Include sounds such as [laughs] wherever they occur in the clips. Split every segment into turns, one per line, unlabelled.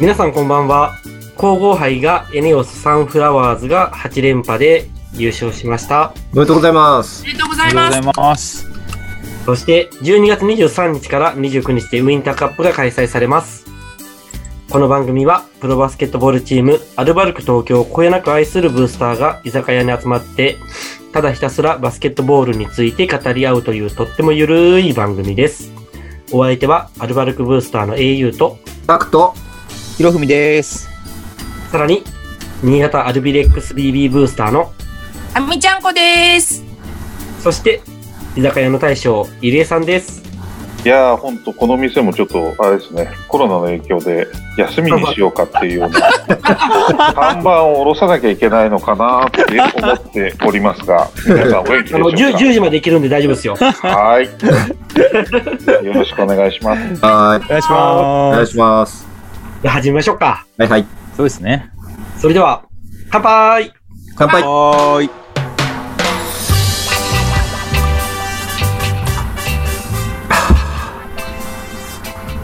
皆さんこんばんは皇后杯がエネオスサンフラワーズが8連覇で優勝しました
おめでとうございます
お。めでとうご
あ
ざい
りが
ます
とうございます。
そして12月23日から29日でウィンターカップが開催されますこの番組はプロバスケットボールチームアルバルク東京をこよなく愛するブースターが居酒屋に集まってただひたすらバスケットボールについて語り合うというとってもゆるい番組ですお相手はアルバルクブースターの au と
タクト、
ひろふみです。
さらに、新潟アルビレックス BB ブースターの、
あみちゃんこです
そして、居酒屋の大将、入江さんです。
いやー、ほんと、この店もちょっと、あれですね、コロナの影響で休みにしようかっていうような、看板を下ろさなきゃいけないのかなって思っておりますが、皆さんお元気でし
あ
ょ
の
うか
10, 10時まで行けるんで大丈夫
[laughs]
ですよ。
はーい。よろしくお願いします。
はーい。
お願いし
お願
ま
い
す。
します。
では始めましょうか。
はいはい。
そうですね。
それでは、乾杯
乾杯。
はーい。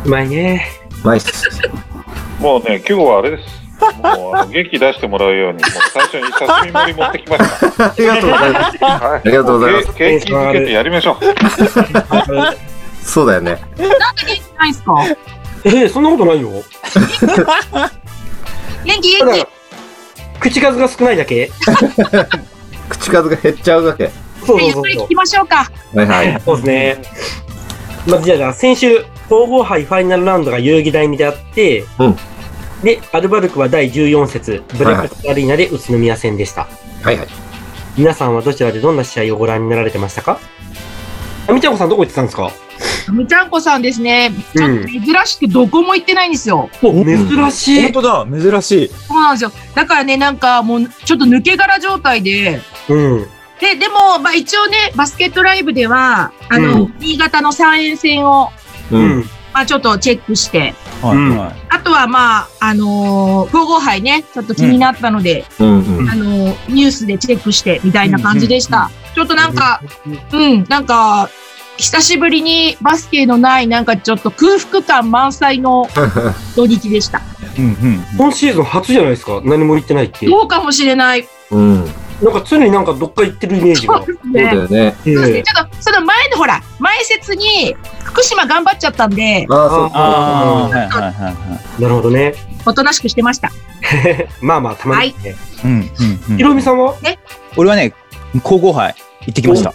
うまい
[laughs]
ね。
ナイス。
もうね、今日はあれです。もうあの元気出してもらうように、もう最初に刺身盛り持ってきまし
ありがとうございま
た。
[laughs]
はい、あ
りがとうございます
す。景気づけてやりましょう。
す。そうだよね。
なんで元気ないんすか
えー、そんなことないよ。
元気
た
元
だ、口数が少ないだけ。
口数が減っちゃうわけ。
そうそう
気ゆっ
そう
くり
そ
聞きましょうか
はいはい。
う。そうですね。まあ、じゃあじゃあ、先週、皇后杯ファイナルラウンドが遊戯台にであって、
うん
で、アルバルクは第14節、ブレックスアリーナで宇都宮戦でした。
はいはい。
皆さんはどちらでどんな試合をご覧になられてましたかあみちゃんこさんどこ行ってたんですか
あみちゃんこさんですねちょっと珍しくどこも行ってないんですよ
お珍しい、
本当だ、珍しい。
そうなんですよだからねなんかもうちょっと抜け殻状態で
うん、
で、でも、まあ一応ね、バスケットライブでは、あの、
う
新潟の三円戦を、
う
う。
んん、
まあちょっとチェックして、
はい
うん
はい。
あとはまあ、あのー、皇后杯ね、ちょっと気になったので、
うんうん。
あのー、ニュースでチェックして、みたいな感じでした。ちょっとなんか、うん、なんか、久しぶりにバスケのない、なんかちょっと空腹感満載の土日でした。
うんうん
今シーズン初じゃないですか何も行ってないって
そうかもしれない。
うん。 [laughs]
なんか常になんかどっか行ってるイメージ
[laughs] そ
が
うです
そうだ
ね。
よね。
ええ
そうですねちょっと、その前のほら、前説に、福島頑張っちゃったんで、
ああ、そう
ああ、はいはいはいは
なるほどね
おとなしくしてました。
まあまあたまにね、
い。うんうんうん
ひろみさんは
俺はね、皇后杯行ってきました。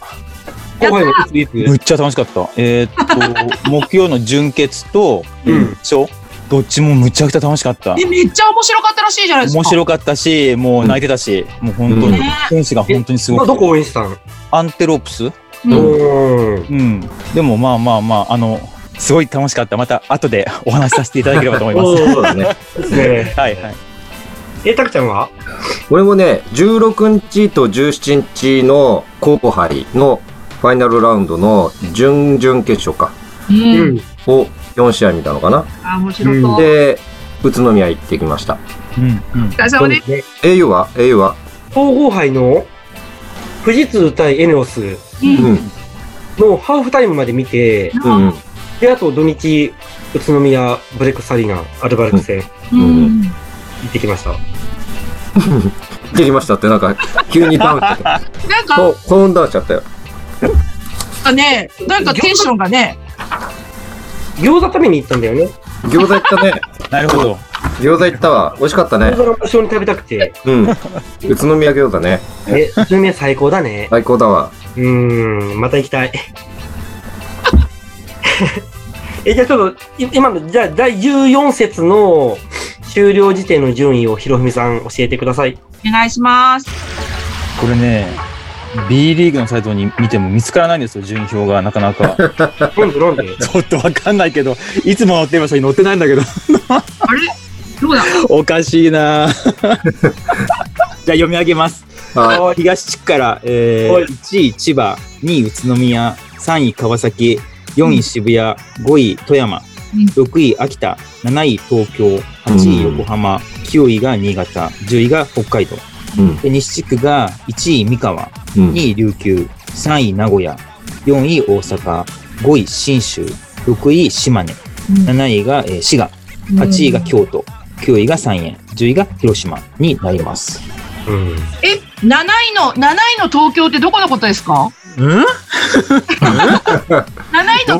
後輩のいついつ
むっちゃ楽しかった。えー [laughs] っと、木曜の準決と、
うん
決勝どっちもむちゃくちゃ楽しかった
え、。めっちゃ面白かったらしいじゃないですか。
面白かったし、もう泣いてたし、もう本当
うん
に、選手が本当にすご
まあ、ど
くて
こ応援してたん
アンテロープス
うん
うん
うん
うん、でもまあまあまあ、あの、すごい楽しかった。また後でお話しさせていただければと思います。
そうだね。
です
[laughs]
ね
はいはい。
えたくちゃんは
俺もね、16日と17日の候補杯のファイナルラウンドの準々決勝か。
うん。
うん
を4試合見たのかな。
あ、面白そう。
で、宇都宮行ってきました。
うんうん
お。疲れ
そ
様
う
で。
ですすね
au は au は
皇后杯の富士通対エネオス
うん。うん
のハーフタイムまで見て
うん。
で、あと土日、宇都宮、ブレックスアリーナ、アルバルク戦、行
うん。
ってきました。
行ってきましたって、なんか、急にダウンしちゃった。
なん
そ
か
う、コーンダウンしちゃったよ。
ね、なんかテンションがね、
餃子食べに行ったんだよね。
餃子行ったね。
なるほど。
餃子行ったわ。美味しかった
餃
ね。
子が無性に食べたくて。
うん。宇都宮餃子ね。
え、宇都宮最高だね。
最高だわ。
うーん、また行きたい。 [laughs] え、じゃあちょっと、い今の、じゃあ第14節の終了時点の順位をひろふみさん教えてください。
お願いします。
これね、B リーグのサイトに見ても見つからないんですよ、順位表がなか
[laughs]
なか。ち
なんでなんで
ょっとわかんないけど、いつも乗ってましたに乗ってないんだけど、 [laughs]
あれどうだ
おかしいなじゃあ読み上げます。
は
東地区から、え
はい
ー、1位千葉、2位宇都宮、3位川崎、4位渋谷、5位富山、
うん
6位秋田、7位東京、8位横浜、9位が新潟、10位が北海道。
い。うん。
で西地区が1位三河、
うん。
2位琉球、3位名古屋、4位大阪、5位信州、6位島根、7位が、えー滋賀、8位が京都、 9位が3円、10位が広島になります。
うん。
え、7位の、7位の東京ってどこのことですか
うん
7位の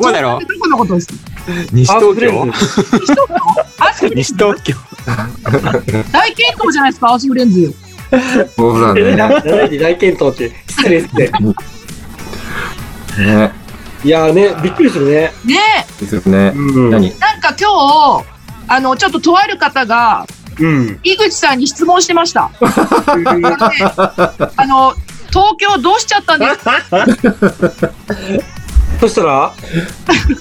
どこだ
東京
ろ
っ
う
てどこのことですか
西
パワー
東
プレー
京
ンズ
アースフレン
西
ズ
東京
[laughs] 大健闘じゃないですか、アースフレンズ。
そうだね。
7位で大健闘って失礼ですね。
ね。
いやーね、びっくりするね。
ね
ですね。
うん。
何
え、なんか今日、あの、ちょっととある方が、
うん。
井口さんに質問してました。あのねあの、東京どうしちゃったんですか
そしたら、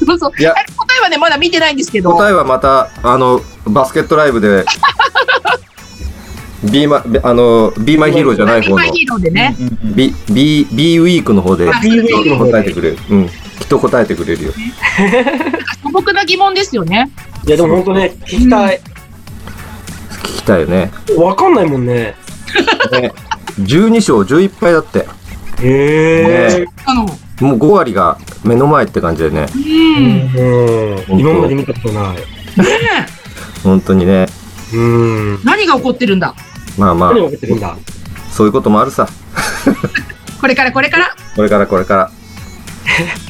そうそう
いや
あれ答えはね、まだ見てないんですけど。
答えはまた、あの、バスケットライブで、ビーマ、あの、ビーマイヒーローじゃない
ビー
方
マ
の
イ、ヒーローでね。
ビ、ビ、ビーウィークの方で、
あ
き
ビーウィークの
っと
方
答え
で
て。くれる。うん。きっと答えてくれるよ。
素朴な疑問ですよね。
いや、でも本当ね、聞きたい。
聞きたいよね。
わかんないもんね。
ね12勝11敗だって。
へえ。
あの、
もう5割が目の前って感じでね。
うん。
うん。今まで見たことない。
本当にね。
うん。
何が起こってるんだ
まあまあ
何、を起ってるんだ。
そういうこともあるさ。
これからこれから。
これからこれから。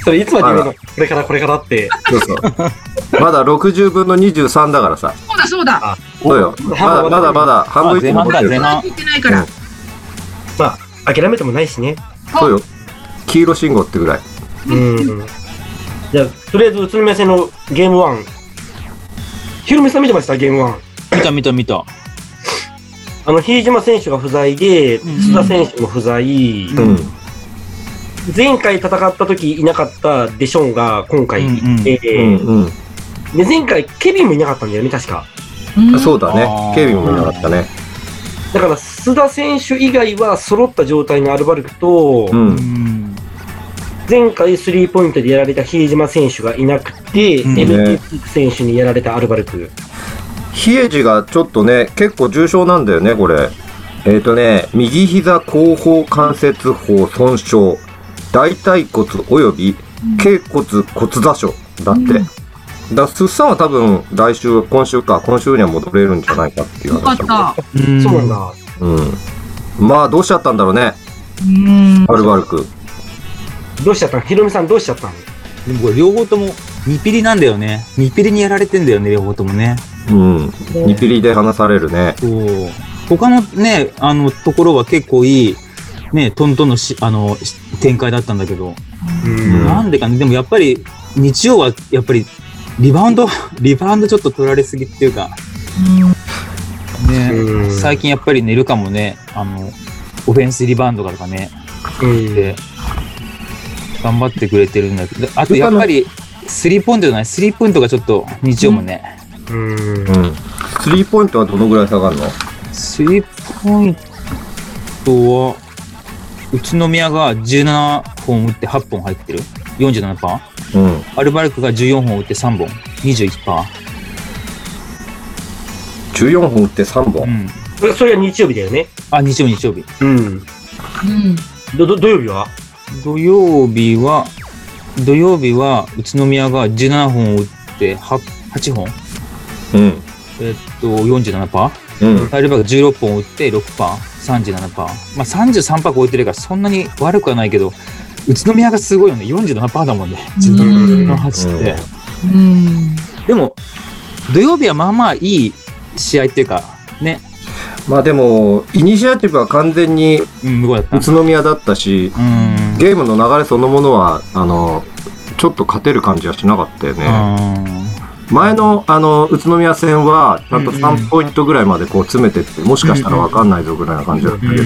それいつまで言うのこれからこれからって。
そうそう。 [laughs] まだ60分の23だからさ。
そうだそうだ。
そうよ。まだまだまだ半分以
ゼ
上
マ
残っ
だ、
てる
ゼ
から。
マ
聞。いてないから。
まあ、諦めてもないしね。
そうよ。黄色信号ってぐらい。
うん。じゃあ、とりあえず宇都宮戦のゲーム1。ヒロミさん見てましたゲーム1。
見た見た見た。
あの、比江島選手が不在で、
ん
須田選手も不在。
うん。
前回戦った時いなかったデションが今回いて、
うんうん
で、前回ケビンもいなかったんだよね、確か。
うん
そうだ
あ
ね
ー。
警備もいなかったね。
だから、須田選手以外は揃った状態のアルバルクと、
うん。
前回スリーポイントでやられた比江島選手がいなくて、
うん
エルティック選手にやられたアルバルク。
比江治がちょっとね、結構重症なんだよね、これ。えっ、とね、右膝後方関節包損傷、大腿骨及び頸骨骨挫傷だって。だすっさんは多分来週、今週か、今週には戻れるんじゃないかっていう
よかっ
話だ
た。
うん
そうなんだ。
た。うん。まあ、どうしちゃったんだろうね、
うん。
アルバルク。
どうしちゃったのヒロミさんどうしちゃったの
でもこれ両方とも2ピリなんだよね。2ピリにやられてんだよね、両方ともね。
うん。ニピリで話されるね。
そう。他のね、あの、ところは結構いい、ね、トントンのし、あの、し展開だったんだけど、
うん
なんでかね、でもやっぱり、日曜はやっぱり、リバウンド、 [laughs] リバウンドちょっと取られすぎっていうか、ね、
うん
最近やっぱり寝るかもね、あの、オフェンスリバウンドからかね、
うん
で、頑張ってくれてるんだけど、あとやっぱり、スリーポイントじゃない、スリーポイントがちょっと、日曜もね、
うん
う。ん。スリーポイントはどのぐらい下がるの
スリーポイントは、宇都宮が17本打って8本入ってる。47%パー。
うん。
アルバルクが14本打って3本。21%パー。
14本打って3本。
うん。
それそれが日曜日だよね。
あ、日曜日、日曜日。
うん。
うん。
ど、ど、土曜日は
土曜日は、土曜日は宇都宮が17本打って8、8本。
うん。
えっと、47%パー。
うん。
アルバルク16本打って6%パー。37%パー。まあ33%パー超えてるからそんなに悪くはないけど、宇都宮がすごいよね。47%パーだもんね。17%の8って。
うん。
でも、土曜日はまあまあいい試合っていうか、ね、
まあでも、イニシアティブは完全に
うん、向こうだった。
宇
う
都宮だったし、
ん。
ゲームの流れそのものは、あの、ちょっと勝てる感じはしなかったよね。前の、あの、宇都宮戦は、ちゃんと
うんうん
3ポイントぐらいまでこう詰めてって、もしかしたらわかんないぞぐらいな感じだったけど、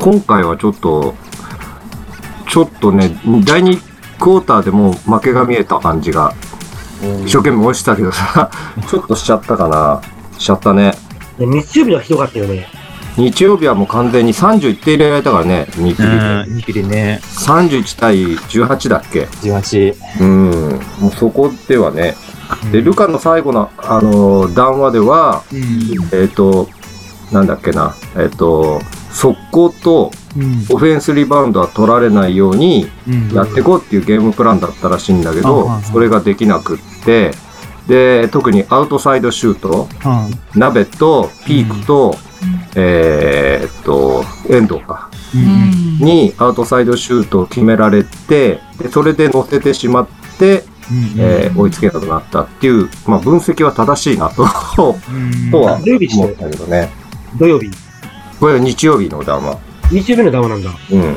今回はちょっと、ちょっとね、第2クォーターでもう負けが見えた感じが、一生懸命押したけどさ、ちょっとしちゃったかな。しちゃったね。
で日曜日はひどかったよね。
日曜日はもう完全に31点入れられたからね、日
うん、
曜日。
2ピリね、
31対18だっけ
18。
うん。もうそこではね。で、ルカの最後の、あのー談話では、
うん。
えっ、と、なんだっけな、えっ、と、速攻と
うん。
オフェンスリバウンドは取られないように
うん
やっていこうっていうゲームプランだったらしいんだけど、
うん
それができなくって、で、特にアウトサイドシュート、
うん。
鍋とピークと、えーっと、遠藤か。
うん。
にアウトサイドシュートを決められて、でそれで乗せてしまって、
うん。
えー追いつけなくなったっていう、まあ、分析は正しいなと、と
うん
は
ルイビッチ
思ったけどね。
土曜日。
これは日曜日の談話。
日曜日のダマなんだ。
うん。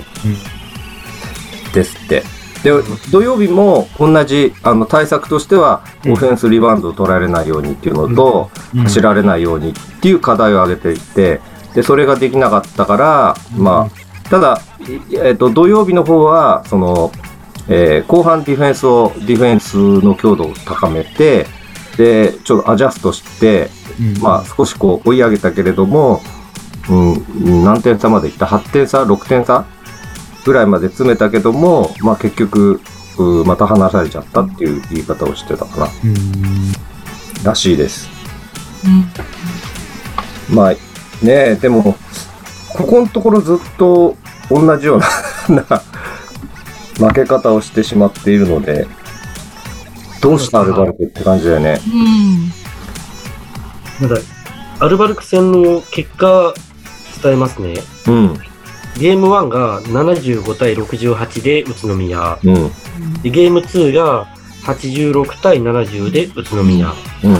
ですって。で、土曜日も同じあの対策としては、
うん
オフェンスリバウンドを取られないようにっていうのと、
うん
走られないようにっていう課題を挙げていて、で、それができなかったから、まあ、ただ、いえっ、と、土曜日の方は、その、えー後半ディフェンスを、ディフェンスの強度を高めて、で、ちょっとアジャストして、
うん
まあ、少しこう追い上げたけれども、うん、何点差までいった ?8 点差 ?6 点差ぐらいまで詰めたけども、まあ結局、うーまた離されちゃったっていう言い方をしてたかな。
うん
らしいです。まあ、ねえ、でも、ここのところずっと同じような [laughs] な負け方をしてしまっているので、どうしたアルバルクって感じだよね。
なんだ、アルバルク戦の結果伝えますね。
うん、
ゲーム1が75対68で宇都宮。
うん、
でゲーム2が86対70で宇都宮。
うん。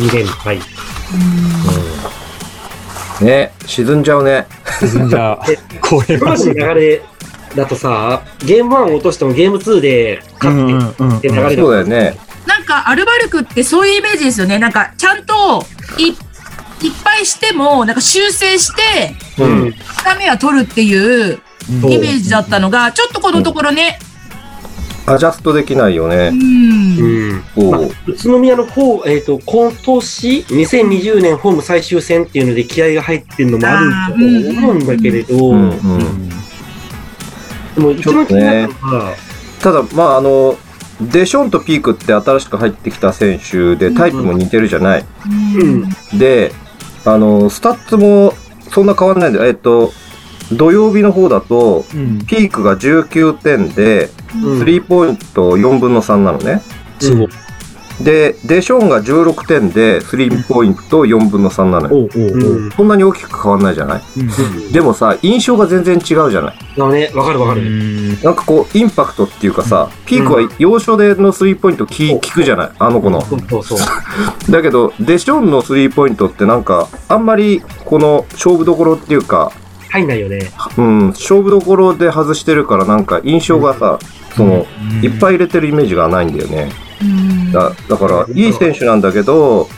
2連敗。
ね沈んじゃうね。
沈んじゃうこれ
今
は
までの流れだとさ、ゲーム1を落としてもゲーム2で勝って、って流れだ
そう
と
だよね。
なんかアルバルクってそういうイメージですよね。なんかちゃんといいっぱいしてもなんか修正して
うん。
痛みは取るっていうイメージだったのがちょっとこのところね。
アジャストできないよ
う
ね。
ん。
うんまあ
こ
宇都宮の方、えっ、と、今年、2020年ホーム最終戦っていうので気合が入ってるのもあるんだと思うんだけれど、
う。うんうん。
でも一番気になったのは、
ただ、まあ、あの、デションとピークって新しく入ってきた選手で、タイプも似てるじゃない。
うん、
で、あの、スタッツもそんな変わんないんだよ。えっと、土曜日の方だと、
うん
ピークが19点で、
うん
スリーポイント4分の3なのね。
すごい
で、デションが16点で、スリーポイント4分の3なのよ。
おうおうおう
うん。
そんなに大きく変わんないじゃないでもさ、印象が全然違うじゃない。
だね、わかるわか
う
る。
ん
なんかこう、インパクトっていうかさ、ピーク
う
は要所でのスリーポイントき
うん
効くじゃない、あの子の。
そうそうそう。
だけど、デションのスリーポイントってなんか、あんまりこの勝負どころっていうか、
入んないよね。
うん、勝負どころで外してるからなんか印象がさ、その、いっぱい入れてるイメージがないんだよね。だだから、いい選手なんだけど、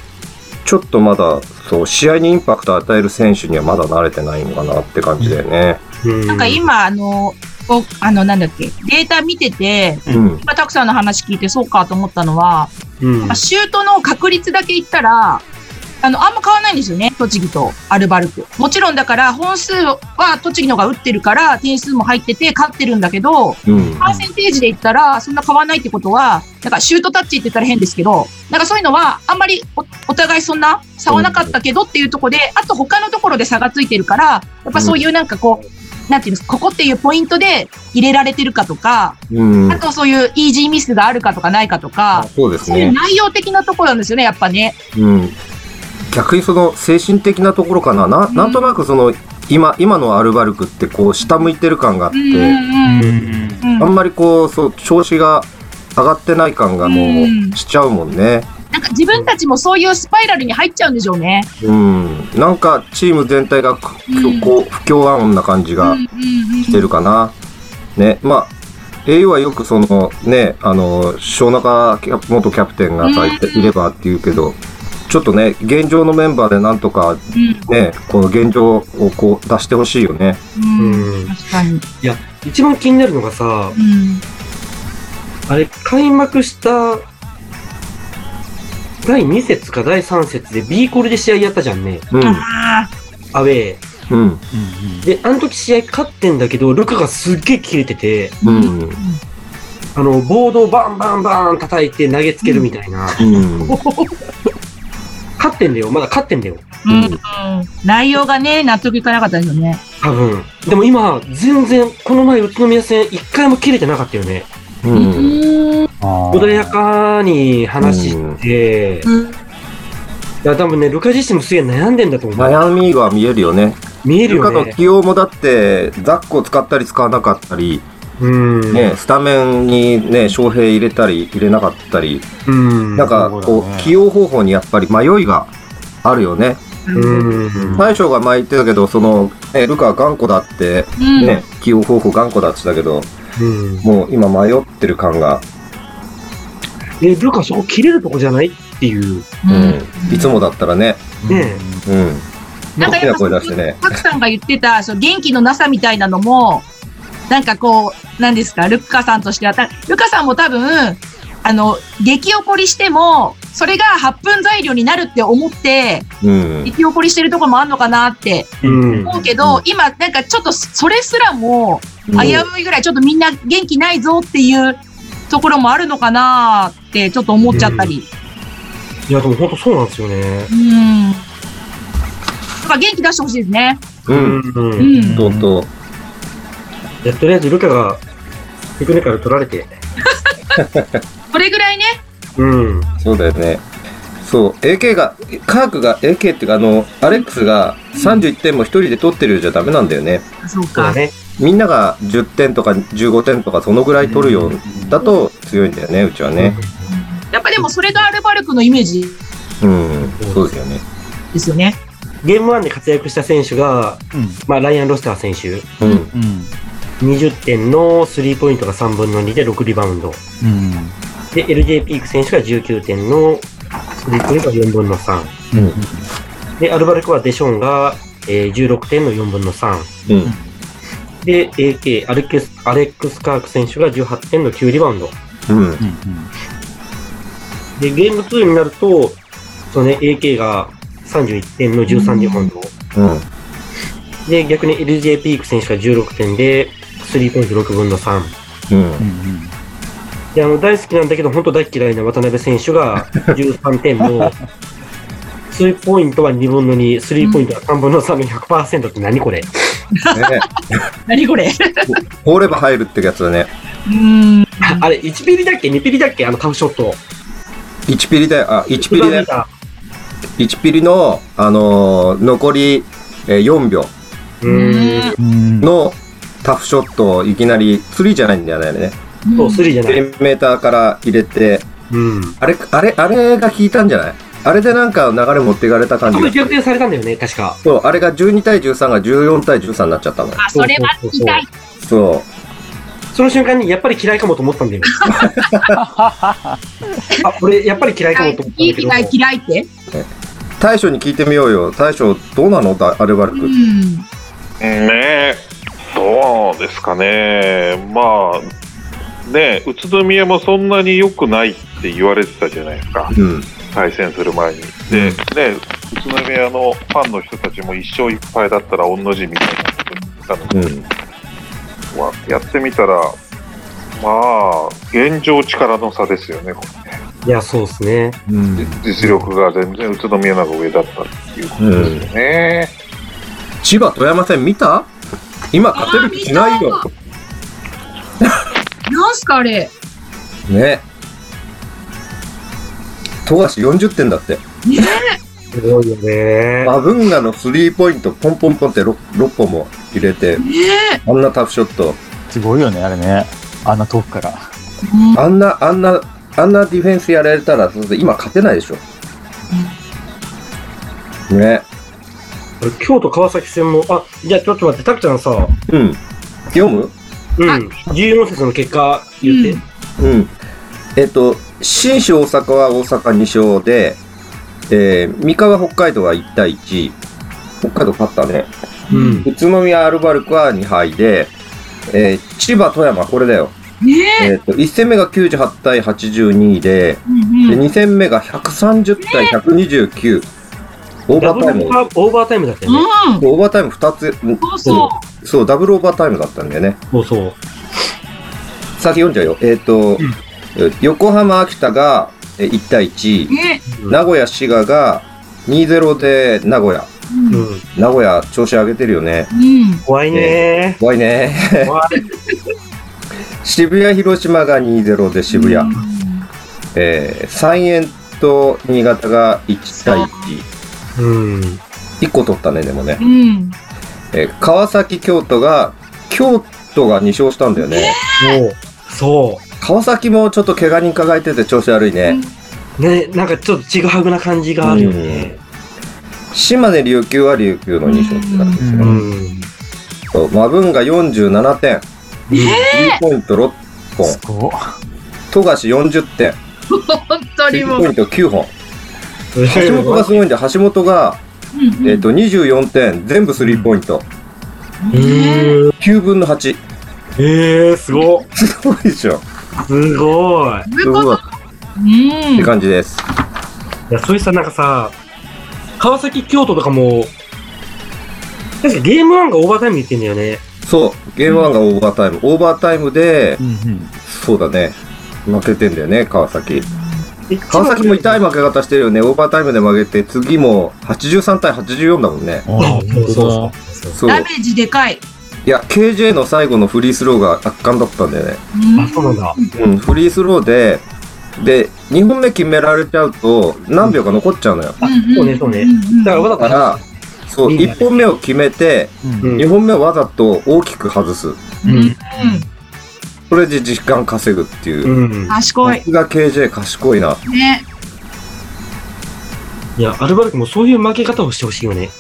ちょっとまだ、そう、試合にインパクトを与える選手にはまだ慣れてないのかなって感じだよね。
うん
なんか今、あの、おあの、なんだっけ、データ見てて、
うん。
今、たくさんの話聞いてそうかと思ったのは、
うん
まあ、シュートの確率だけ言ったら、あの、あんま変わらないんですよね。栃木とアルバルク。もちろんだから、本数は栃木の方が打ってるから、点数も入ってて、勝ってるんだけど、
うん。
パーセンテージで言ったら、そんな変わらないってことは、なんかシュートタッチって言ったら変ですけど、なんかそういうのは、あんまりおお互いそんな差はなかったけどっていうところで、あと他のところで差がついてるから、やっぱそういうなんかこう、なんていうんですか、ここっていうポイントで入れられてるかとか、
うん
あ。とそういうイージーミスがあるかとかないかとか、
そうです
そういう
ね。
内容的なところなんですよね、やっぱね。
うん、逆にその精神的なところかなななんとなくその今今のアルバルクってこう下向いてる感があっ
う
て、
んうんうん。うん
あんまりこうそう調子が上がってない感がもう
うん
しちゃうもんね、
なんか自分たちもそういうスパイラルに入っちゃうんでしょうね。
うん、なんかチーム全体がこ
うん
こう不協和音な感じがしてるかな、ねまあ au はよくそのねあの小中キャプ元キャプテンがさいていればっていうけどちょっとね現状のメンバーでなんとかね、この現状をこう出してほしいよね。
うんうん
うん
確かに。
いや、一番気になるのがさ、
うん
あれ、開幕した、第2節か第3節で B コールで試合やったじゃんね。
う
あ
アウェ
ん、うん、
ー。で、あの時試合勝ってんだけど、ルカがすっげえ切れてて、
うん、
あの、ボードをバンバンバン叩いて投げつけるみたいな。
うん、
勝ってんだよ。まだ勝ってんだよ。
ーうんうん内容がね、納得いかなかったですよね。
多分。でも今、全然、この前宇都宮戦一回も切れてなかったよね。
うん、
あ
穏やかに話して、
うん
いや多分ね、ルカ自身もすげえ悩んでんだと思う。
悩みが見えるよね。
見える
ル
よ
カの
ね。
起用もだって、ザックを使ったり使わなかったり、
うん。
ね、スタメンにね、翔平入れたり入れなかったり、
うん。
なんかこ
そうだ
う、
ね
起用方法にやっぱり迷いがあるよね。
うん。
大将が前言ってたけど、その、ね、ルカは頑固だって、
うん
ね、起用方法頑固だって言ってたけど、
うん。
もう今迷ってる感が、
え、ルカそこ切れるとこじゃないっていう。
うん、いつもだったらね、
ね
うん、
なんか
大き
や
な
っぱ
声出してね。
パクさんが言ってた、その元気のなさみたいなのも、なんかこう、なんですか、ルッカさんとしては、たルカさんも多分、あの、激怒りしても、それが発分材料になるって思って、
うん。
激怒りしてるところもあんのかなって
うん。
思うけど、今、なんかちょっとそれすらも危ういぐらい、ちょっとみんな元気ないぞっていうところもあるのかなって、ちょっと思っちゃったり。
いや、でも本当そうなんですよね。
うん。やっぱ元気出してほしいですね。
う。
うんう。
うん
い
ん。
とうとう。
や、とりあえずルカが、テクニカル取られて。
それぐらいね、
うん。
そうだよね。そう、AK が、カークが AK っていうか、あの、アレックスが31点も一人で取ってるじゃダメなんだよね。
そう
そうだ
か。
ね。
みんなが10点とか15点とかそのぐらい取るようだと強いんだよね、うちはね。
やっぱでもそれがアルバルクのイメージ
うん、そうですよね。
ですよね。
ゲーム1で活躍した選手が、まあ、ライアン・ロスター選手。
うん、
うん。うん。
20点のスリーポイントが3分の2で6リバウンド。
うん。
で、LJ ピーク選手が19点のスリーポイントが4分の3。
うん、
で、アルバルクはデションが、えー16点の4分の3。
うん、
で、AK、アレックス、アレックス・カーク選手が18点の9リバウンド。
うん、
うん。
で、ゲーム2になると、そのね、AK が31点の13リバウンド。
うん、
で、逆に LJ ピーク選手が16点で、スリーポイント6分の3。
うん
う。ん。
で、あの、大好きなんだけど、本当大嫌いな渡辺選手が13点の、スリーポイントは2分の2、スリーポイントは3分の3の100%って何これ
ね
何これ
[laughs] 放れば入るってやつだね。
うん。
ああれ、1ピリだっけ ?2 ピリだっけあのタフショット。
1ピリだよ、あ、1ピリだよ。
だ。
1ピリの、あのー残りえー4秒
うーん。
うん。
のタフショットをいきなり、スリーじゃないんだよね、あれね。
そう、スリーじゃない。
10メーターから入れて、
うん。
あれ、あれ、あれが効いたんじゃないあれでなんか流れ持っていかれた感
あ
じ
こ
が
れ。逆転されたんだよね、確か。
そう、あれが12対13が14対13になっちゃったのよ。
あ、それは痛い。
そ
その瞬間に、やっぱり嫌いかもと思ったんだよ。あ、俺、やっぱり嫌いかも
痛い
と思ったん
嫌
だ
い
けど。
嫌い嫌いって。
う。大将に聞いてみようよ。大将、どうなのだアルバル
う
ク。
ん。
ねえ、どうですかね、まあ、ねえ、宇都宮もそんなに良くないって言われてたじゃないですか、
うん。
対戦する前に。ね
で、
え、宇都宮のファンの人たちも一生いっぱいだったら、同じみたいなこと言ってたの
うん。
に、まあやってみたら、まあ、現状力の差ですよね、これね
いや、そうですね。
うん、
実力が全然宇都宮の方が上だったっていうことですよね。
千葉富山戦見た今勝てる気しないよ。
なんすかあれ。
ね。富樫40点だって。
ね
すごいよね。
バブンガのスリーポイントポンポンポンって 6, 6本も入れて
え。、ね
あんなタフショット。
すごいよね、あれね。あんな遠くから。
うん
あんな、あんな、あんなディフェンスやられたら、そうそう今勝てないでしょ。ね。
これ京都川崎戦も、あ、じゃあちょっと待って、たくちゃんさ、
うん。読む
うん
あ、
14節の結果言って。
うん。えっと、新州大阪は大阪2勝で、えー、三河北海道は1対1。北海道勝ったね。
うん。
宇都宮アルバルクは2敗で、えー、千葉富山これだよ。
ね
えっと、1戦目が98対82で、
うん
で
うん
2戦目が130対129。オー
ダ
バ
ブルオ
ータイム
ー。バーオーバータイムだったよね。
うん。
オーバータイム2つ、うん
そうそ
そう、ダブルオーバータイムだったんだよね。
そうそう。
先読んじゃうよ。えっ、と、
ん
横浜、秋田がえー1対
う。
1、
ね
うん
名古屋、滋賀が2-0で名古屋。
うん。
うん。
名古屋、調子上げてるよね。
うん。
怖いね
怖いね。 [laughs]
怖い。
渋谷、広島が2-0で渋谷。
うん
えー、三円と新潟が1対1。
うん。
1個取ったね、でもね。
うん。
えー川崎、京都が、京都が2勝したんだよね。
もう、そ
川崎もちょっと怪我人抱えてて調子悪いね。
う。ね、なんかちょっとちぐはぐな感じがあるよね。
島根、琉球は琉球の2勝って感じです
う
よ。
ん。
そうマブンが47点。2ポイント6本。
すごっ
富樫40点。
本当に
スリ
も
ーポイ
う。
ント9本。
うん
橋本がすごいんで、橋本が、
うん
えっと24点、全部スリーポイント。
うん
9分の8。
えー、すごっ
すごいでしょ。
すごい。
すごい。っ
うん
て。感じです。
いや、そういうさ、なんかさ、川崎、京都とかも、確かゲーム1がオーバータイム言ってんだよね。
そう、ゲーム1がオーバータイム。オーバータイムで
う、んうん
そうだね。負けてんだよね、川崎。
え
川崎も痛い負け方してるよね。オーバータイムで負けて、次も83対84だもんね。
あ
そ
あ
うそうそ
本
そう。
ダメージでかい。
いや、KJ の最後のフリースローが圧巻だったんだよね。
うん
あ、そうなんだ。
うん、フリースローで、で、2本目決められちゃうと、何秒か残っちゃうのよ。
あ、そうね、そうね。だからわ
だ
ざ
か
と、
ら、そう、
いいね
1本目を決めて、
当だ
うん
2本目をわざと大きく外す。
うん。
それで時間稼ぐっていうう。
ん。
賢い。
僕が KJ 賢いな。 [laughs]
ね。
いや、アルバルクもそういう負け方をしてほしいよね。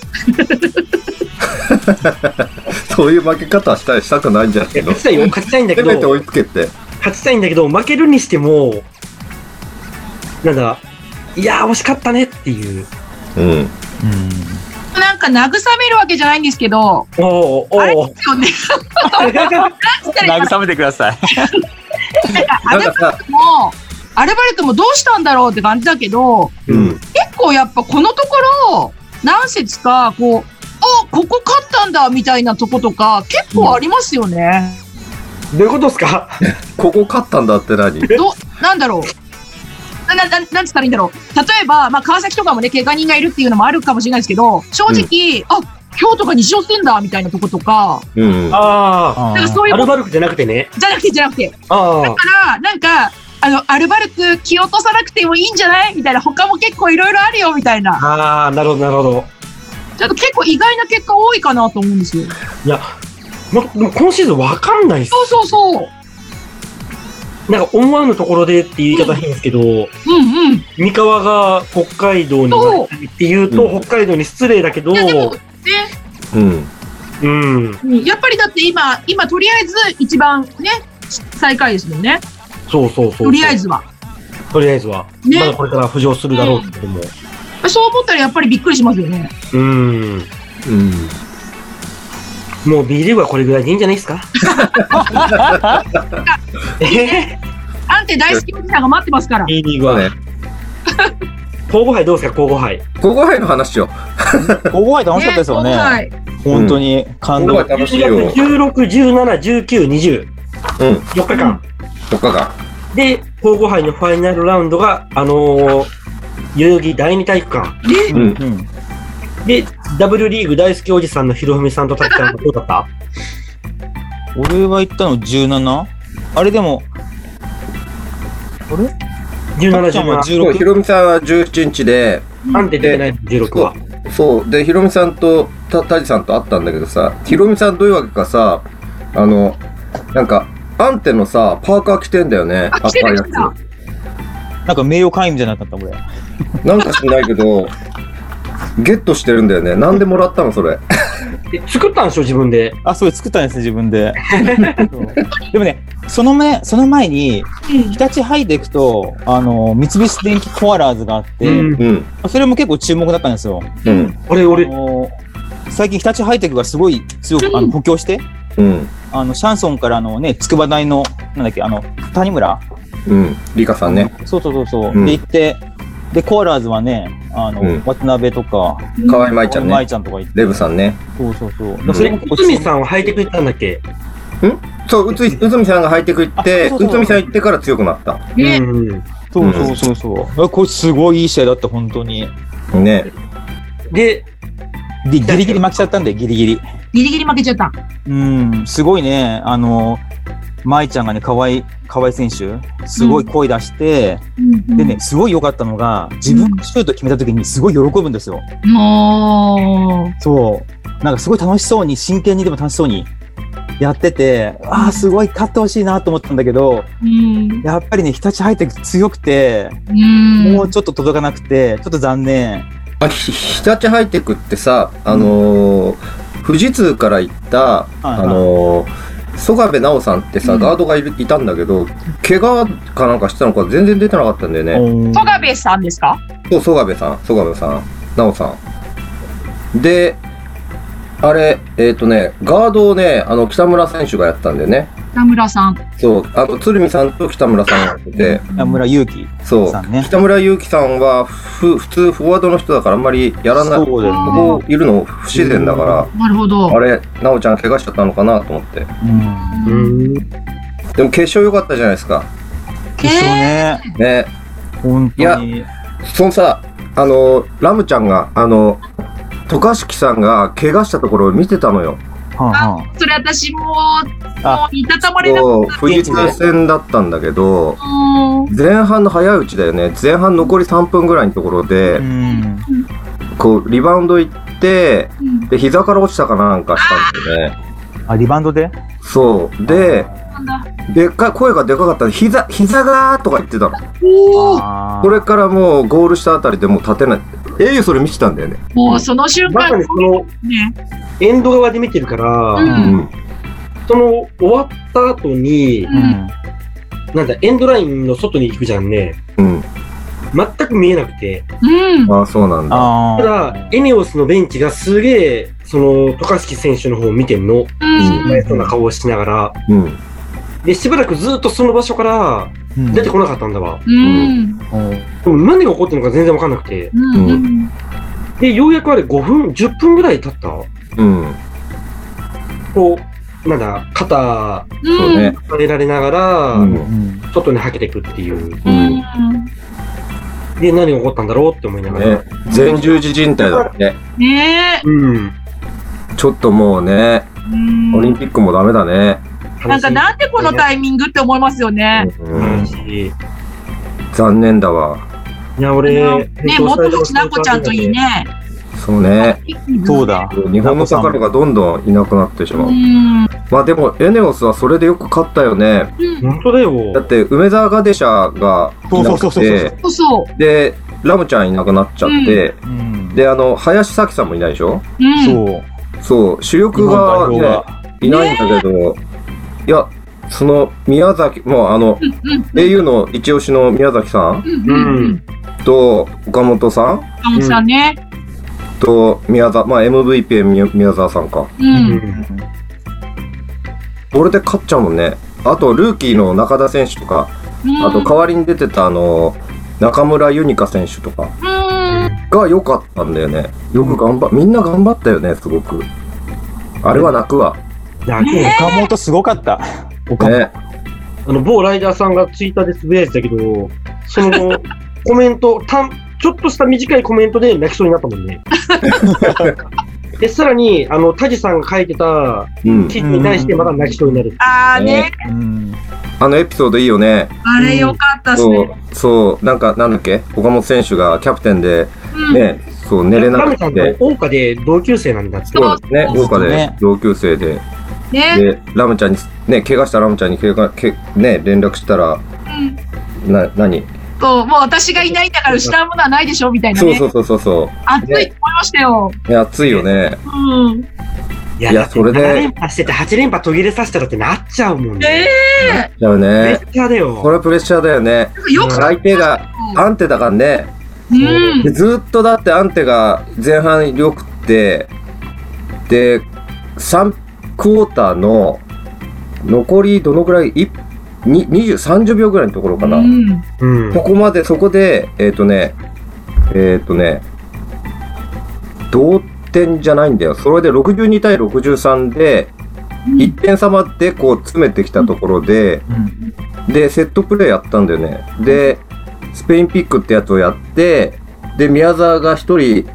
そういう負け方はしたりしたくないんじゃない
いや、
の
勝ちたいよ。勝ちたいんだけ
せ
ど、
めて追い
勝
つけて。
ちたいんだけど、負けるにしても、なんだ、いやー、惜しかったねっていう。
うん。
う
なんか慰めるわけじゃないんですけど、
おーお
あれ
ー
で
おー
すよね。
[laughs]
ん慰めてください
なんかさ、
もう、アルバルクもどうしたんだろうって感じだけど、
うん。
結構やっぱこのところ、何節か、こう、あ、ここ勝ったんだみたいなとことか、結構ありますよね。
どういうことっすか
ここ勝ったんだって何
ど、なんだろう。な、な、ななんつったらいいんだろう。例えば、まあ、川崎とかもね、怪我人がいるっていうのもあるかもしれないですけど、正直、あ、京都が2勝すんだみたいなとことか、
うん。
あ
あ
なんか
ー
そうい
あ、
う
アルバルクじゃなくてね。
じゃなくて、じゃなくて。
ああ
だ、から、なんか、あの、アルバルク気落とさなくてもいいんじゃないみたいな、他も結構いろいろあるよ、みたいな。
ああ、なるほど、なるほど。
ちょっと結構意外な結果多いかなと思うんですよ。
いや、ま、でも今シーズンわかんないっす。
そうそうそう。
なんか思わぬところでっていう言い方変ですけど、
うんうん。
三河が北海道に
そう
っていうと、
うん
北海道に失礼だけど、
いや、でも、ね、
うん。
うん、
うんやっぱりだって今、今とりあえず一番ね、最下位ですもんね。
そうそうそうそう。
とりあえずは。
とりあえずは。
ね
まだこれから浮上するだろうけども。
そう思ったらやっぱりびっくりしますよね。
うん。
うん。
もう B リーグはこれぐらいでいいんじゃない
[laughs]
ですかえ
アンテ大好きおじさんが待ってますから。
?B リーグ
まあ
は
ね。。
候補杯どうですか、候補杯。
ここへの話を。
大声楽しかったですよね
ね。
本当に感
こ
動
こ楽しいよ。うん。
16、17、19、20。4日間。
とかが。
で、皇后杯のファイナルラウンドが、あのー、代々木第二体育館。
うん。
うん
で、W リーグ大好きおじさんのひろふみさんと戦ったのどうだった
俺は行ったの 17? あれでもあれ
?17、
ちゃんは
17。
そう、ひ
16
ろみさんは17日で、
なんて出てないの ?16 は。
そう。で、ひろみさんと、た、たじさんと会ったんだけどさ、ひろみさんどういうわけかさ、あの、なんか、アンテのさ、パーカー着てんだよね。
あ着てる着てる
なんか名誉会員みたいになかった俺
なんかしないけど、ゲットしてるんだよね。なんでもらったのそれ。
で作ったんでしょ、自分で。
あ、そう作ったんですね、自分で。そうでもね、その前、その前に、日立ハイで行くと、あの、三菱電機コアラーズがあって、
うん。
うん。
それも結構注目だったんですよ。
うん。
俺、
あ
俺、
の最近日立ハイテクがすごい強く、あの補強して、
うん。
あの、シャンソンからあのね、筑波大の、なんだっけ、あの、谷村
うん。リカさんね。
そうそうそうそう、
うん
で行って、で、コアラーズはね、あの、
うん
渡辺とか、
河合舞ちゃん
舞
ね。
ちゃんとか行って、
レブさんね。
そうそうそう。
ん
それも結構注
み
目
さんはハイテク行ったんだっけ
そう、うつ、うつみさんがハイテク行って、
あそううそう
つみさん行ってから強くなった。
ね
うん。
そうそうそうそう。あこれすごいいい試合だった、本当に。
ね。
で、
で、ギリギリ負けちゃったんで、ギリギリ。
ギリギリ負けちゃった。
うん、すごいね。あの、舞ちゃんがね、河合、河合選手、すごい声出して、でね、すごい良かったのが、自分がシュート決めた時にすごい喜ぶんですよ。
も
そう。なんかすごい楽しそうに、真剣にでも楽しそうにやってて、ああ、すごい勝ってほしいなと思ったんだけど、
う、うん、
やっぱりね、日立入って強くて、
うん、
もうちょっと届かなくて、ちょっと残念。
あひ日立ハイテクってさあのー富士通から行った、
はい
あのー曽我部奈緒さんってさ、
うん
ガードがいるいたんだけど怪我かなんかしたのか全然出てなかったんだよね、
戸賀部さんですか
そう曽我部さん曽我部さん奈緒さんであれえっ、とねガードをねあの北村選手がやったんだよね
田村さん。
そうあの鶴見さんと北村さんがやってて
北村勇輝
そう
さんね。
北村祐希さんはふ普通フォワードの人だからあんまりやらない
そうだよね
ここいるの不自然だから、
なるほど。
あれ、なおちゃん怪我しちゃったのかなと思って。
うん
うん。
でも決勝良かったじゃないですか。
決勝ね、
ね。
本当に。
そのさ、あの、ラムちゃんが、あの、渡嘉敷さんが怪我したところを見てたのよ。
はんは
それ私も、
あ
もう、いたたまれなかっ
こう、富士通戦だったんだけど、
たもん。
前半の早いうちだよね。前半残り3分ぐらいのところで
ん。う、ん。
こう、リバウンド行って、
うん
で、膝から落ちたかなんかしたんですよね。
あ、リバウンドで
そう。で、
なんだ
でっかい、声がでかかったんで、膝、膝がーとか言ってたの。
おー
あー
これからもうゴールしたあたりでもう立てない。ええそれ見てたんだよね。
もうその瞬
まさ
間
にその
ね。
エンド側で見てるから、
うん
その終わった後に、
う
うん
ん。
なんだ、エンドラインの外に行くじゃんね。
うん。
全く見えなくて。
うん。
ああ、そうなんだ。
あ
ただ、エネオスのベンチがすげえ、その、渡嘉敷選手の方を見てんの。
うん
心配そうな顔をしながら。
うん。
で、しばらくずっとその場所から
うん
出てこなかったんだわ。
うん。
でも何が起こってるのか全然わかんなくて。
うん。うん。
で、ようやくあれ5分、10分ぐらい経った
うん。
こう、なんだ、肩、
そうね。
抱えられながら、
うん。
うん
外にはけていくっていう。
うん。ね。
で、何が起こったんだろうって思いながら。
前十字靭帯だね。
ねえ。
うん。
ちょっともうね、
うん
オリンピックもダメだね。
なんかなんでこのタイミングって思いますよね。
うん
悲しい
残念だわ。
いや、俺、
ね、もっともちなこちゃんといい。ね。
そうね。
そうだ。
日本の宝がどんどんいなくなってし
う
まう。
ん。
まあでも、エネオスはそれでよく勝ったよね。
本当だ
だっ
よ。
て、梅沢ガデシャがいな
そうそう
く
そうそう
て、
そうそ
で、ラムちゃんいなくなっちゃって、
うん
で、あの、林咲希さんもいないでしょ
う。うん。
そう。
そう、主力が、
日本代表
ね、
が。
いないんだけど、いや、その宮崎、もうあの、
うん。
au の一押しの宮崎さん
うん。うん。
と岡本さん
岡本さんね。
と宮沢、まあ MVP 宮宮沢さんか。
う。
うんん。
これで勝っちゃうもんね。あと、ルーキーの中田選手とか、あと代わりに出てたあの、中村ユニカ選手とか
うん。
が良かったんだよね。よく頑張、みんな頑張ったよね、すごく。あれは泣くわ。
だけど
岡本すごかった。岡本。
ね。
あの、某ライダーさんがツイッターでつぶやいてたけど、そ
[laughs]
の、コメント、たん、ちょっとした短いコメントで泣きそうになったも
[laughs]
んね。で、さらに、あの、タジさんが書いてた
うん。
記事に対してまだ泣きそうになる。
ああね。
うん
あのエピソードいいよね。
あれよかったっす
そ
ね。
う、そう、なんか、なんだっけ岡本選手がキャプテンで、
うん。
ね、そう、寝れな
ラ
く
ムちゃんと
て、
大岡で同級生なんだって。
そうですね、
そう
豪華で
ね、
同級生で、
ね。
で、ラムちゃんに、ね、怪我したラムちゃんに、怪我、けね、連絡したら、
うん。
な、何
そう、もう私がいないんだから失うものはないでしょみたいな
そう
ね
そ。うそうそうそ
熱いと思いましたよ。
う、ね、熱いよね。
うん。
い
いやそれで
7連覇してて8連覇途切れさせたらってなっちゃうもん
え
ね。
だよ
めっ
ね。
ちゃだよ。
これはプレッシャーだよね。
え、よく。
相手が、アンテだからね、
う
で
ん。
ずっとだってアンテが前半良くて、で、3クォーターの残りどのぐらい、いに20 30秒ぐらいのところかな。
うん。
うん。
ここまで、そこで、えっ、とね、えっ、とね、同点じゃないんだよ。それで62対63で、1点差までこう詰めてきたところで、
うん
で、セットプレーやったんだよね。で、スペインピックってやつをやって、で、宮沢が1人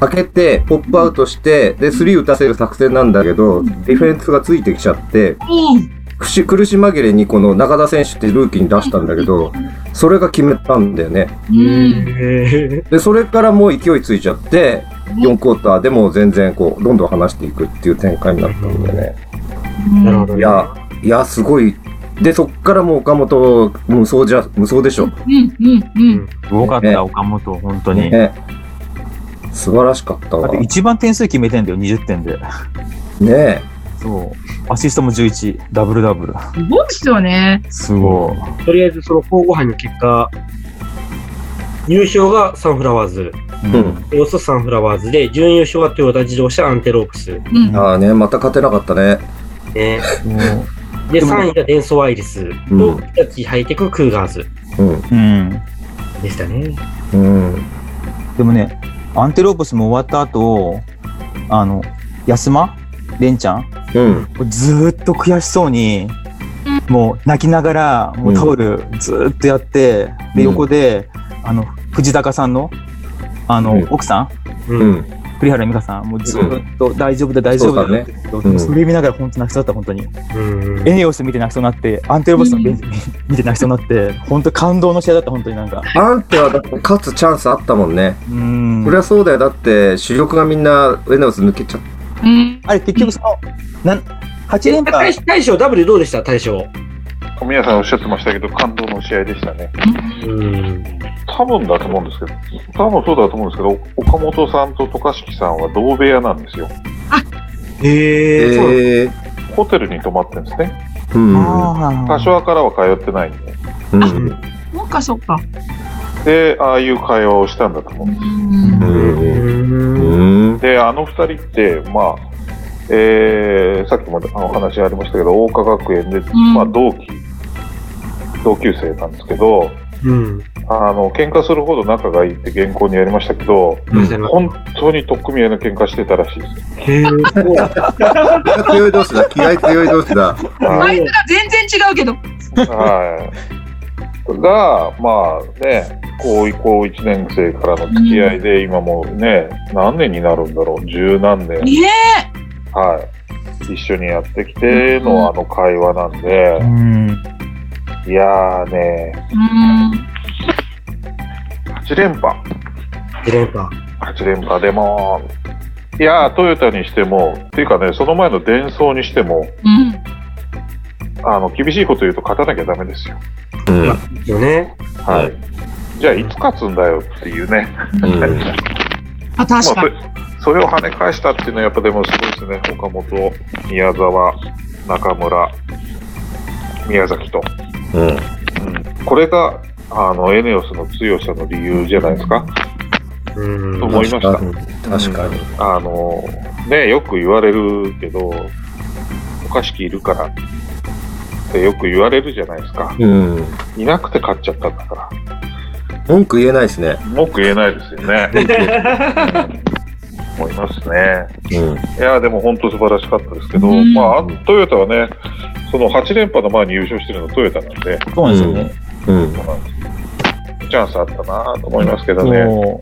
開けて、ポップアウトして、で、スリー打たせる作戦なんだけど、ディフェンスがついてきちゃって、
うん。
苦し苦し紛れにこの中田選手ってルーキーに出したんだけど、それが決めたんだよね。
うん。
へ
で、それからもう勢いついちゃって、4クォーターでもう全然こう、どんどん離していくっていう展開になったんだよね。
ーなるほど
い
ね。
や、いや、すごい。で、そっからもう岡本、無双じゃ、無双でしょ。
うん。うん。うん。
すごかっ
ね
た、岡本、本当に。だ
ね。素晴らしかったわ。
って
ね
一番点数決めてんだよ、20点で。
え。
そう。アシストも11、ダブルダブル。
すごいっすよね。
すごい。
とりあえずその交互杯の結果、優勝がサンフラワーズ、
うん
うん。
およそサンフラワーズで、準優勝はトヨタ自動車アンテロープス。ね、
うん。
ああね、また勝てなかったね。
で、3位がデンソーアイリス
う
と
ん
日立ハイテククーガーズ
うん。
でしたね。
うん。うん。
でもね、アンテロープスも終わった後、あの、安間レンちゃん
うん。
ずーっと悔しそうに、もう泣きながら、もうタオルずーっとやって、
うん
で、横で、あの、藤高さんの、あの、
うん
奥さん
う。
うんん。
栗原美香さん、もうずーっと大丈夫だ、大丈夫だって、
うん
それ見ながら本当泣きそうだった、本当に。
うん。
エネオス見て泣きそうになって、アンテロープスのベンチ見て泣きそうになって、本当感動の試合だった、本当になんか。
アンテはだって勝つチャンスあったもんね。
うーん
そり。ゃそうだよ。だって主力がみんなエネオス抜けちゃっ
うん。
あれ、結局その、なん、8連覇
大。大将、W どうでした大将。
小宮さんおっしゃってましたけど、感動の試合でしたね。
うん。
多分だと思うんですけど、多分そうだと思うんですけど、岡本さんと渡嘉敷さんは同部屋なんですよ。
て。
え
え
ー。
ホテルに泊まってるんですね。
ー。うん。
ああ。
柏からは通ってないんで。
うん。
そっかそっか。
で、ああいう会話をしたんだと思う
うんん。
で
う
う。
んん。
うん。
す。で、あの二人って、まあ、えー、さっきもあお話ありましたけど、大岡学園で、
ん
まあ、同期、同級生なんですけど、
うん。
あの、喧嘩するほど仲がいいって原稿にやりましたけど、本当に取っ組み合いの喧嘩してたらし
[laughs]
いです。
へー
気合強い同士だ。気合強い同士だ。
は
あ
い
いつら全然違うけど。
はい。が、まあね、高校1年生からの付き合いで、今もうね、何年になるんだろう、十何年、
ね
はい。一緒にやってきてのあの会話なんで
う、ん。
いやーね、
え。うん。
8連覇。
一連覇。
8連覇でも、いやー、トヨタにしても、っていうかね、その前の伝送にしても、
うん。
あの、厳しいこと言うと勝たなきゃダメですよ。
うん。
よね。
はい。じゃあ、いつ勝つんだよっていうね。
うん
あ、確
ま
か
あ
に。、
そそれを跳ね返したっていうのはやっぱでもすごいですね岡本宮沢中村宮崎と、
うん。
うん、これがあのエネオスの強さの理由じゃないですか、
うん
と。思いました
確かに。
あのねよく言われるけどおかしきいるからってよく言われるじゃないですか
うん。
いなくて勝っちゃったんだか
文句言えないですね。
ら文句言えないですよね思いますね
うん。
いやーでも本当素晴らしかったですけど、
うん
まあ、トヨタはね、その8連覇の前に優勝してるのはトヨタなんで、
そうなんですよね。
うん。
チャンスあったなと思いますけどね、
そ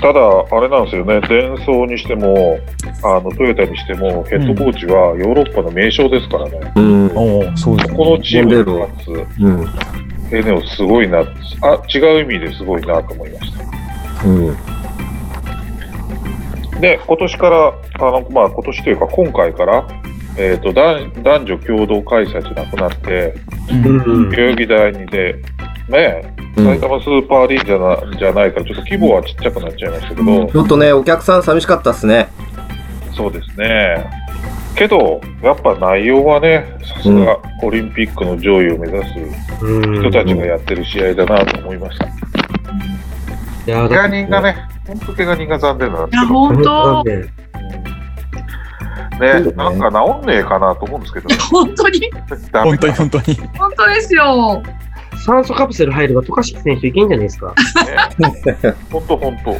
ただ、あれなんですよね、伝送にしても、あのトヨタにしても、ヘッドコーチはヨーロッパの名将ですからね、
うん
う。。おお、そうですね。
このチームの勝
うん。
つ、エネオすごいな、あ違う意味ですごいなと思いました。
うん。
で、今年から、あのまあ、今年というか、今回から、えー、と男男女共同開催じゃなくなって、
うん。
代々木第二で、ねえ、
うん
埼玉スーパーアリーナじゃなじゃないから、ちょっと規模はちっちゃくなっちゃいましたけど、
ちょっとね、お客さん寂しかったっすね。
そうですね。けど、やっぱ内容はね、さすがオリンピックの上位を目指す人たちがやってる試合だなと思いました。
いや
怪我人がね、本当怪我人が残念なん
い
で
や、
[laughs]
本当
なん。で
すけ
そう
ど、ね、
だ
な
ね
んか治んねえかなと思うんですけど、
本当に
ダメ
本当
だ
に本当に。
本当ですよ。
酸素カプセル入れば、渡嘉敷選手いけんじゃないですか。
ね。本当本当。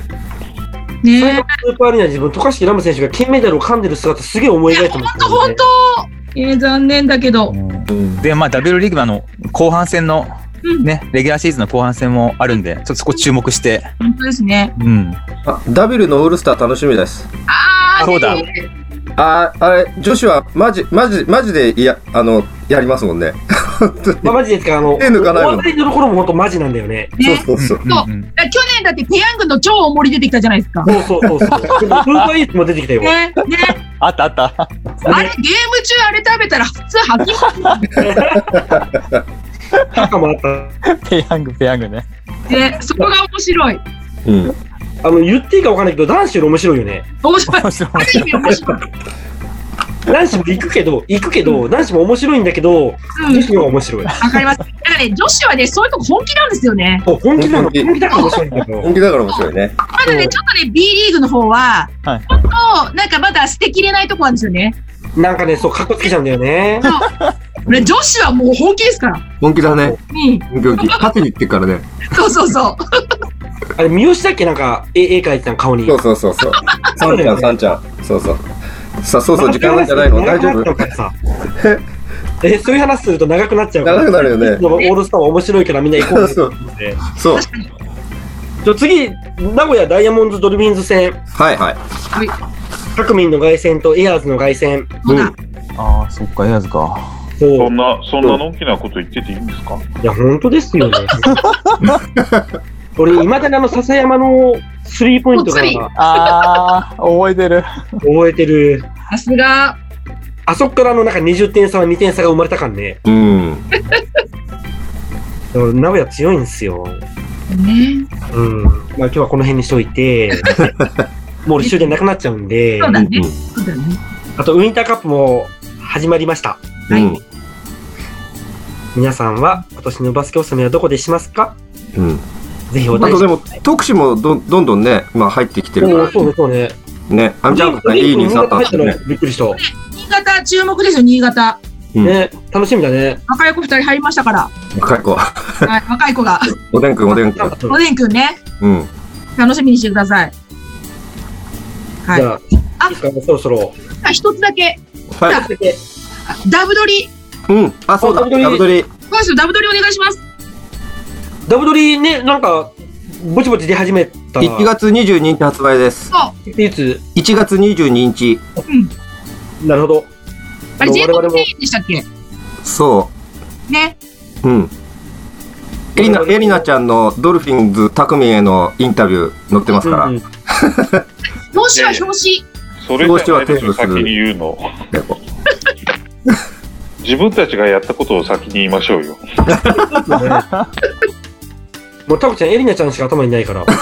最
ねえ
後。スーパーアリーナで自分、渡嘉敷ラム選手が金メダルを噛んでる姿すげえ思い描いてます
本当本当。えー、残念だけど。
うん。
で、まあ、W リーグはあの後半戦の
うん
ね、レギュラーシーズンの後半戦もあるんで、ちょっとそこ注目して、
本当ですね。
うん。
あ、ダブルのオールスター楽しみです。
ああ。
そうだ
ねえ
あー、あれ、女子はマジ、マジ、マジで、いや、あの、やりますもんね。
まあ、マジですか、あの、
手抜かない
お
もん
笑いのところも本当マジなんだよね。
そう
ね。
そうそう。
うんうん
だから去年だってペヤングの超大盛り出てきたじゃないですか。
そうそうそうそう。でも、ウーバーイーツも出てきたよ。
[laughs] ね、ね、
あったあ
[laughs]
った。
あれ、ゲーム中あれ食べたら普通吐きます
パカもあっ
ペヤング、ペヤングね。
ね。そこが面白い。
うん。
た。あの、言っていいかわかんないけど、男子より面白いよね。
面白い。
面白い
ある意味面白い。
男子も行くけど、行くけど、男子も面白いんだけど、
うん
女。子の方が面白い。
わかります。だからね、女子はね、そういうとこ本気なんですよね。
そう本気なの、
本気
本気だから面白いんだけど
本。気だから面白いね。
まだね、ちょっとね、B リーグの方は、
はい
ちょっと、なんかまだ捨てきれないとこなんですよね。
なんかね、そう、かっこつけちゃうんだよね。
俺、女子はもう本気ですから。
本気だね。
うん。
本気。勝ちに行ってっからね。
そうそうそう。
あれ、三好だっけなんか、絵、絵描いてたの顔に
そ。うそうそうそう。さんちゃん、さんちゃん。そうそう。さあ、そうそう、時間なんじゃないの大丈
長
夫
くなっちゃうからさえ、そういう話すると長くなっちゃうから。
長くなるよね
いつもオールスターは面白いからみんな行こうって
そう
思って。
そう。
じゃあ次、名古屋ダイヤモンドドルフィンズ戦、
はいはい。
タクミンの凱旋とエアーズの凱旋。
そうだ。
ああ、そっか、エアーズか。
そ
そ。
うん
な、そんなのんきなこと言ってていいんですか
いや、本当ですよね。俺、いまだにあの、笹山のスリーポイントが
お釣り
ああ、覚えてる。
覚えてる。
さすが。
あそこからあの、なんか20点差は2点差が生まれたかんね。
うん。
だから名古屋強いんですよ。
ね。
うん。まあ今日はこの辺にしとい
[laughs]
て、もう俺終電なくなっちゃうんで、
そうだね
うん。
そうだね。
あとウィンターカップも始まりました。
うん。
皆さんは今年のバスケおさめはどこでしますか
うん。
ぜひお
あ
願い
と
し
で
ま
も、特使もどんどんどんね、まあ入ってきて
す。
る
お
か
ーそうね、そうね。
ら。ね。あみちゃんがいいニュースあったんですよね。
びっくりした。
新潟、注目ですよ、新潟。
うん
ね、楽しみだね。
若い子二人入りまし
[laughs]
たから。
若い子は。
はい、若い子が。
おでんくん、おでんく
なん
ん。
か
おでんくんね、
うん。
楽しみにしてください。は
じ
い。
ゃあ、いいですかね、そろそろ。
あ一つだけ、
はい。
ダブ取り。
うん。あ、そうだ。
ダブドリ
ダブドリ。
今週ダブ取りお願いします。
ダブドリね、なんか、ぼちぼち出始めた。
1月22日発売です。
そう。
いつ
1月22日。
なるほど。
あれ、
我
税
々
込
も
み1000円でしたっけ
そ
ね。
う。うん。エリナ、エリナちゃんのドルフィンズタクミンへのインタビュー載ってますから。
うんうん
表紙は表紙。
それじゃないですよ、先に言うの。 [laughs] 自分たちがやったことを先に言いましょうよ。
もうタコちゃん、エリナちゃんしか頭にない
[laughs]
から。タ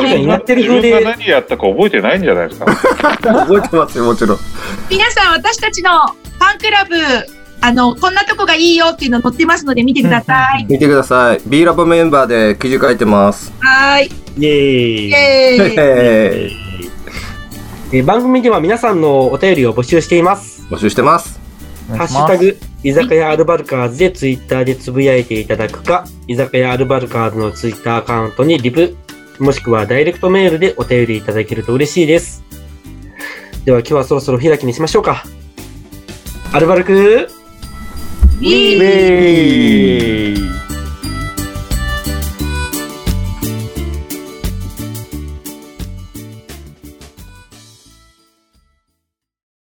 コちゃん、やってる
自
風
分が
で、
何やったか覚えてないんじゃないですか。
覚えてますよ、もちろん。
皆さん、私たちのファンクラブ、あの、こんなとこがいいよっていうの載ってますので見てください。
見てください。B ラボメンバーで記事書いてます。
はーい。
イエーイ
イ。ェーイ。
えー
えー番組では皆さんのお便りを募集しています。
[laughs] 募集してます。
ハッシュタグ、居酒屋アルバルカーズでツイッターでつぶやいていただくか、居酒屋アルバルカーズのツイッターアカウントにリプ、もしくはダイレクトメールでお便りいただけると嬉しいです。では今日はそろそろ開きにしましょうか。アルバルク [laughs]
ウェーイ